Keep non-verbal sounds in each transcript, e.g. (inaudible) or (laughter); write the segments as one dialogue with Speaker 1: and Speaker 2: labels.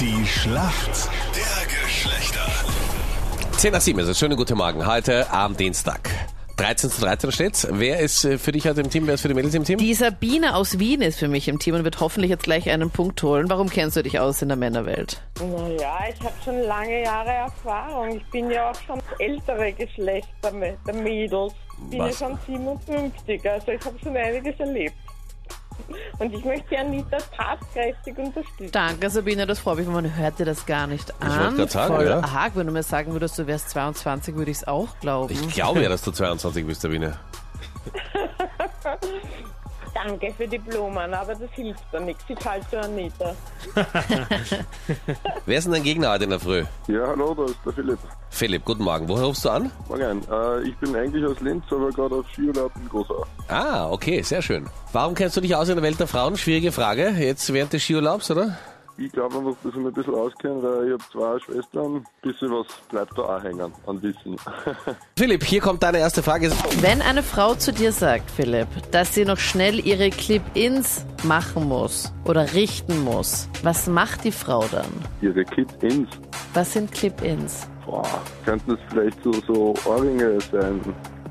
Speaker 1: Die Schlacht der Geschlechter.
Speaker 2: 10 nach 7 ist es. Schönen guten Morgen. Heute am Dienstag. 13 zu 13 steht's. Wer ist äh, für dich heute im Team? Wer ist für die Mädels im Team?
Speaker 3: Die Sabine aus Wien ist für mich im Team und wird hoffentlich jetzt gleich einen Punkt holen. Warum kennst du dich aus in der Männerwelt?
Speaker 4: Naja, ich habe schon lange Jahre Erfahrung. Ich bin ja auch schon das ältere Geschlecht der, Mä- der Mädels. Ich bin
Speaker 2: Was?
Speaker 4: ja schon 57, also ich habe schon einiges erlebt. Und ich möchte die Anita tatkräftig unterstützen.
Speaker 3: Danke, Sabine, das freut mich, weil man hört dir das gar nicht an.
Speaker 2: wollte grad sagen,
Speaker 3: Voll
Speaker 2: ja.
Speaker 3: arg. Wenn du mir sagen würdest, du wärst 22, würde ich es auch glauben.
Speaker 2: Ich glaube ja, dass du 22 bist, Sabine.
Speaker 4: Danke für die Blumen, aber das hilft da nichts. Ich halte Anita.
Speaker 2: Wer ist denn dein Gegner heute in der Früh?
Speaker 5: Ja, hallo, da ist der Philipp.
Speaker 2: Philipp, guten Morgen. Woher rufst du an?
Speaker 5: Morgen. Äh, ich bin eigentlich aus Linz, aber gerade auf Skiurlaub in Gosau.
Speaker 2: Ah, okay, sehr schön. Warum kennst du dich aus in der Welt der Frauen? Schwierige Frage. Jetzt während des Skiurlaubs, oder?
Speaker 5: Ich glaube einfach, dass ich mich ein bisschen auskenne, weil ich habe zwei Schwestern. Ein bisschen was bleibt da auch hängen an Wissen. (laughs)
Speaker 2: Philipp, hier kommt deine erste Frage.
Speaker 3: Wenn eine Frau zu dir sagt, Philipp, dass sie noch schnell ihre Clip-Ins machen muss oder richten muss, was macht die Frau dann?
Speaker 5: Ihre Kid-Ins,
Speaker 3: Was sind Clip-Ins?
Speaker 5: boah, könnten das vielleicht so, so Ohrringe sein,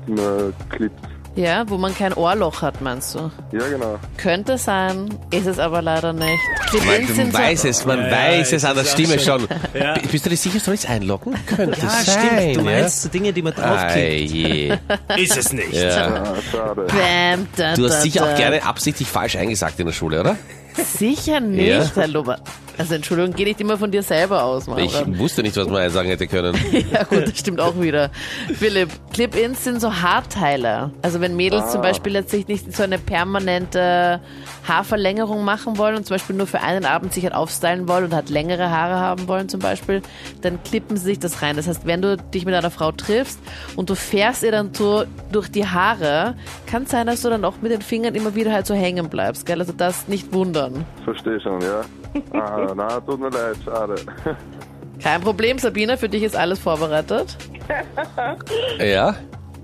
Speaker 5: die man klippt.
Speaker 3: Ja, wo man kein Ohrloch hat, meinst du?
Speaker 5: Ja, genau.
Speaker 3: Könnte sein, ist es aber leider nicht. Clip-Ins
Speaker 2: Man
Speaker 3: sind
Speaker 2: weiß
Speaker 3: so,
Speaker 2: es, man
Speaker 6: Ja, ja,
Speaker 2: weiß es
Speaker 6: ich
Speaker 2: an der
Speaker 6: sag's
Speaker 2: Stimme schon.
Speaker 6: schon. Ja.
Speaker 2: B- Bist du dir sicher, soll ich es einloggen? Könnte
Speaker 6: Ja,
Speaker 2: sein.
Speaker 6: stimmt. Du
Speaker 2: ja?
Speaker 6: meinst so Dinge, die man draufklickt.
Speaker 2: Ei je.
Speaker 6: Ist es nicht.
Speaker 5: Ah, schade.
Speaker 3: Bam, da,
Speaker 2: Du hast
Speaker 3: da,
Speaker 2: sicher
Speaker 3: da.
Speaker 2: auch gerne absichtlich falsch eingesagt in der Schule, oder?
Speaker 3: Sicher nicht,
Speaker 2: Ja.
Speaker 3: Herr Lober. Also Entschuldigung, geh nicht immer von dir selber aus, Mann.
Speaker 2: Ich wusste nicht, was man sagen hätte können.
Speaker 3: (laughs) Ja gut, das stimmt auch wieder. Philipp, Clip-Ins sind so Haarteiler. Also wenn Mädels
Speaker 2: Ah.
Speaker 3: zum Beispiel jetzt sich nicht so eine permanente Haarverlängerung machen wollen und zum Beispiel nur für einen Abend sich halt aufstylen wollen und halt längere Haare haben wollen zum Beispiel, dann klippen sie sich das rein. Das heißt, wenn du dich mit einer Frau triffst und du fährst ihr dann so durch die Haare, kann sein, dass du dann auch mit den Fingern immer wieder halt so hängen bleibst, gell? Also das nicht wundern.
Speaker 5: Verstehe schon, ja. Ah, na, tut mir leid, schade. (laughs)
Speaker 3: Kein Problem, Sabine, für dich ist alles vorbereitet.
Speaker 2: Ja,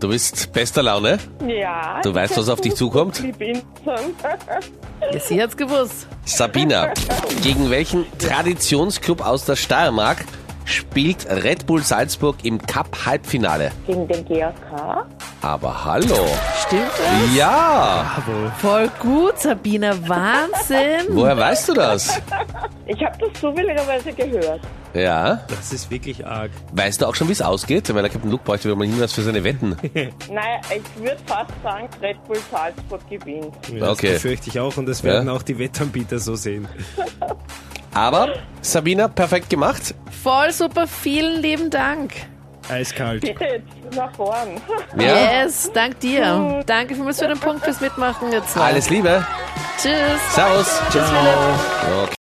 Speaker 2: du bist bester Laune.
Speaker 4: Ja.
Speaker 2: Du weißt, was auf dich zukommt?
Speaker 4: Ich bin
Speaker 3: Ja, sie hat's gewusst.
Speaker 2: Sabina, gegen welchen Traditionsclub aus der Steiermark spielt Red Bull Salzburg im Cup-Halbfinale?
Speaker 4: Gegen den GAK?
Speaker 2: Aber hallo.
Speaker 3: Stimmt das?
Speaker 2: Ja,
Speaker 3: Voll gut, Sabine, Wahnsinn.
Speaker 2: woher weißt du das?
Speaker 4: Ich habe das zufälligerweise gehört.
Speaker 2: Ja,
Speaker 6: Das ist wirklich arg.
Speaker 2: weißt du auch schon, wie es ausgeht? Weil der Captain Luke bräuchte wieder mal einen Hinweis für seine Wetten.
Speaker 4: Naja, ich würde fast sagen, Red Bull Salzburg gewinnt.
Speaker 6: Ja,
Speaker 2: Okay.
Speaker 6: Das befürchte ich auch und das
Speaker 2: Ja.
Speaker 6: werden auch die Wettanbieter so sehen.
Speaker 2: Aber, Sabina, perfekt gemacht.
Speaker 3: (laughs) Voll super, vielen lieben Dank.
Speaker 6: Eiskalt.
Speaker 4: Bitte jetzt nach vorn.
Speaker 2: Ja,
Speaker 3: Yes, dank dir. Danke vielmals für den Punkt, fürs Mitmachen jetzt.
Speaker 2: alles Liebe.
Speaker 3: Tschüss.
Speaker 2: Servus.
Speaker 6: Ciao.